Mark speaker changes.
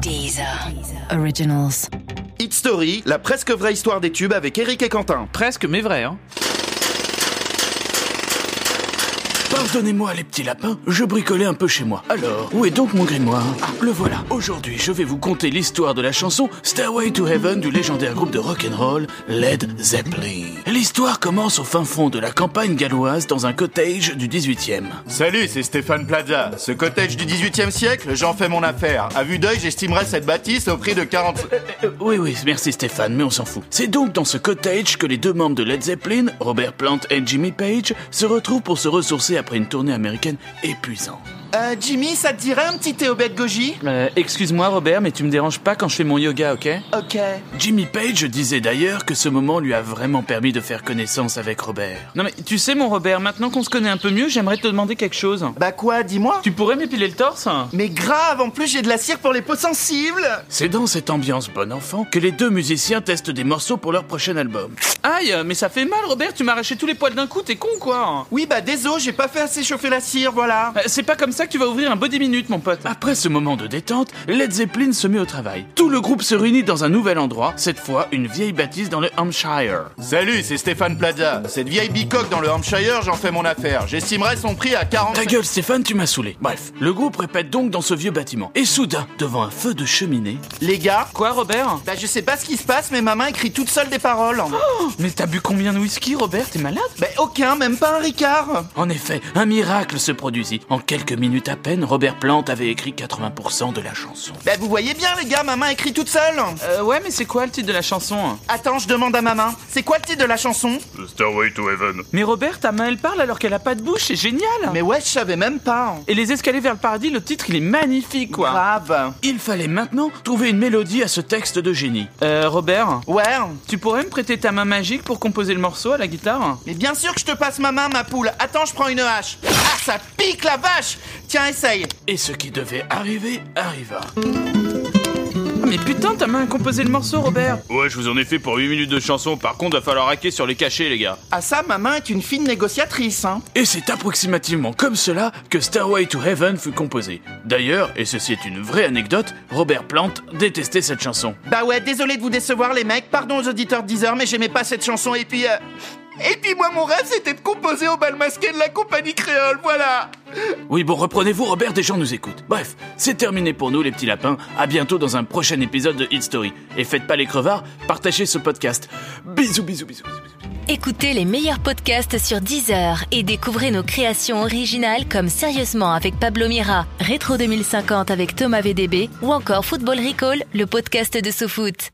Speaker 1: Deezer. Originals.
Speaker 2: Hit Story, la presque vraie histoire des tubes avec Eric et Quentin.
Speaker 3: Presque, mais vrai, hein.
Speaker 4: Pardonnez-moi les petits lapins, je bricolais un peu chez moi. Alors, où est donc mon grimoire Ah, le voilà. Aujourd'hui, je vais vous conter l'histoire de la chanson Stairway to Heaven du légendaire groupe de rock'n'roll Led Zeppelin. L'histoire commence au fin fond de la campagne galloise dans un cottage du 18e.
Speaker 5: Salut, c'est Stéphane Plaza. Ce cottage du 18e siècle, j'en fais mon affaire. À vue d'œil, j'estimerais cette bâtisse au prix de 40.
Speaker 4: Euh, oui, oui, merci Stéphane, mais on s'en fout. C'est donc dans ce cottage que les deux membres de Led Zeppelin, Robert Plant et Jimmy Page, se retrouvent pour se ressourcer après une tournée américaine épuisante.
Speaker 5: Euh, Jimmy, ça te dirait un petit thé au bête goji
Speaker 3: Euh, excuse-moi, Robert, mais tu me déranges pas quand je fais mon yoga, ok
Speaker 5: Ok.
Speaker 4: Jimmy Page disait d'ailleurs que ce moment lui a vraiment permis de faire connaissance avec Robert.
Speaker 3: Non, mais tu sais, mon Robert, maintenant qu'on se connaît un peu mieux, j'aimerais te demander quelque chose.
Speaker 5: Bah quoi, dis-moi
Speaker 3: Tu pourrais m'épiler le torse
Speaker 5: Mais grave, en plus j'ai de la cire pour les peaux sensibles
Speaker 4: C'est dans cette ambiance bon enfant que les deux musiciens testent des morceaux pour leur prochain album.
Speaker 3: Aïe, mais ça fait mal, Robert, tu m'as arraché tous les poils d'un coup, t'es con, quoi
Speaker 5: Oui, bah désolé, j'ai pas fait assez chauffer la cire, voilà.
Speaker 3: Euh, C'est pas comme ça que tu vas ouvrir un body minute, mon pote.
Speaker 4: Après ce moment de détente, Led Zeppelin se met au travail. Tout le groupe se réunit dans un nouvel endroit, cette fois une vieille bâtisse dans le Hampshire.
Speaker 5: Salut, c'est Stéphane Plaza. Cette vieille bicoque dans le Hampshire, j'en fais mon affaire. J'estimerais son prix à 40.
Speaker 4: Ta gueule Stéphane, tu m'as saoulé. Bref, le groupe répète donc dans ce vieux bâtiment. Et soudain, devant un feu de cheminée,
Speaker 5: Les gars
Speaker 3: Quoi, Robert
Speaker 5: Bah je sais pas ce qui se passe, mais ma main écrit toute seule des paroles.
Speaker 3: Mais t'as bu combien de whisky, Robert T'es malade
Speaker 5: Bah aucun, même pas un Ricard
Speaker 4: en effet, un miracle se produisit. En quelques minutes à peine, Robert Plant avait écrit 80% de la chanson.
Speaker 5: Bah vous voyez bien les gars, ma main écrit toute seule
Speaker 3: Euh, ouais, mais c'est quoi le titre de la chanson
Speaker 5: Attends, je demande à ma main. C'est quoi le titre de la chanson
Speaker 3: Mais Robert, ta main, elle parle alors qu'elle a pas de bouche, c'est génial
Speaker 5: Mais ouais, je savais même pas.
Speaker 3: Ah. Et les escaliers vers le paradis, le titre, il est magnifique, quoi
Speaker 5: Grave.
Speaker 4: Il fallait maintenant trouver une mélodie à ce texte de génie.
Speaker 3: Euh, Robert
Speaker 5: Ouais.
Speaker 3: Tu pourrais me prêter ta main magique pour composer le morceau à la guitare
Speaker 5: Mais bien sûr que je te passe ma main, ma poule. Attends, je prends une hache. Ah, ça pique la vache Tiens, essaye.
Speaker 4: Et ce qui devait arriver arriva.
Speaker 3: Ah, Mais putain, ta main a composé le morceau, Robert
Speaker 6: Ouais, je vous en ai fait pour 8 minutes de chanson. Par contre, va falloir hacker sur les cachets, les gars.
Speaker 5: Ah ça, ma main est une fine négociatrice, hein.
Speaker 4: Et c'est approximativement comme cela que Stairway to Heaven fut composé. D'ailleurs, et ceci est une vraie anecdote, Robert Plant détestait cette chanson.
Speaker 5: Bah ouais, désolé de vous décevoir les mecs, pardon aux auditeurs de Deezer, mais j'aimais pas cette chanson et puis... euh, Et puis moi mon rêve c'était de composer au bal masqué de la compagnie créole, voilà
Speaker 4: Oui, bon, reprenez-vous, Robert, des gens nous écoutent. Bref, c'est terminé pour nous, les petits lapins. À bientôt dans un prochain épisode de Hit Story. Et faites pas les crevards, partagez ce podcast. Bisous, bisous, bisous, bisous. bisous.
Speaker 1: Écoutez les meilleurs podcasts sur Deezer et découvrez nos créations originales comme Sérieusement avec Pablo Mira, Rétro 2050 avec Thomas VDB ou encore Football Recall, le podcast de sous-foot.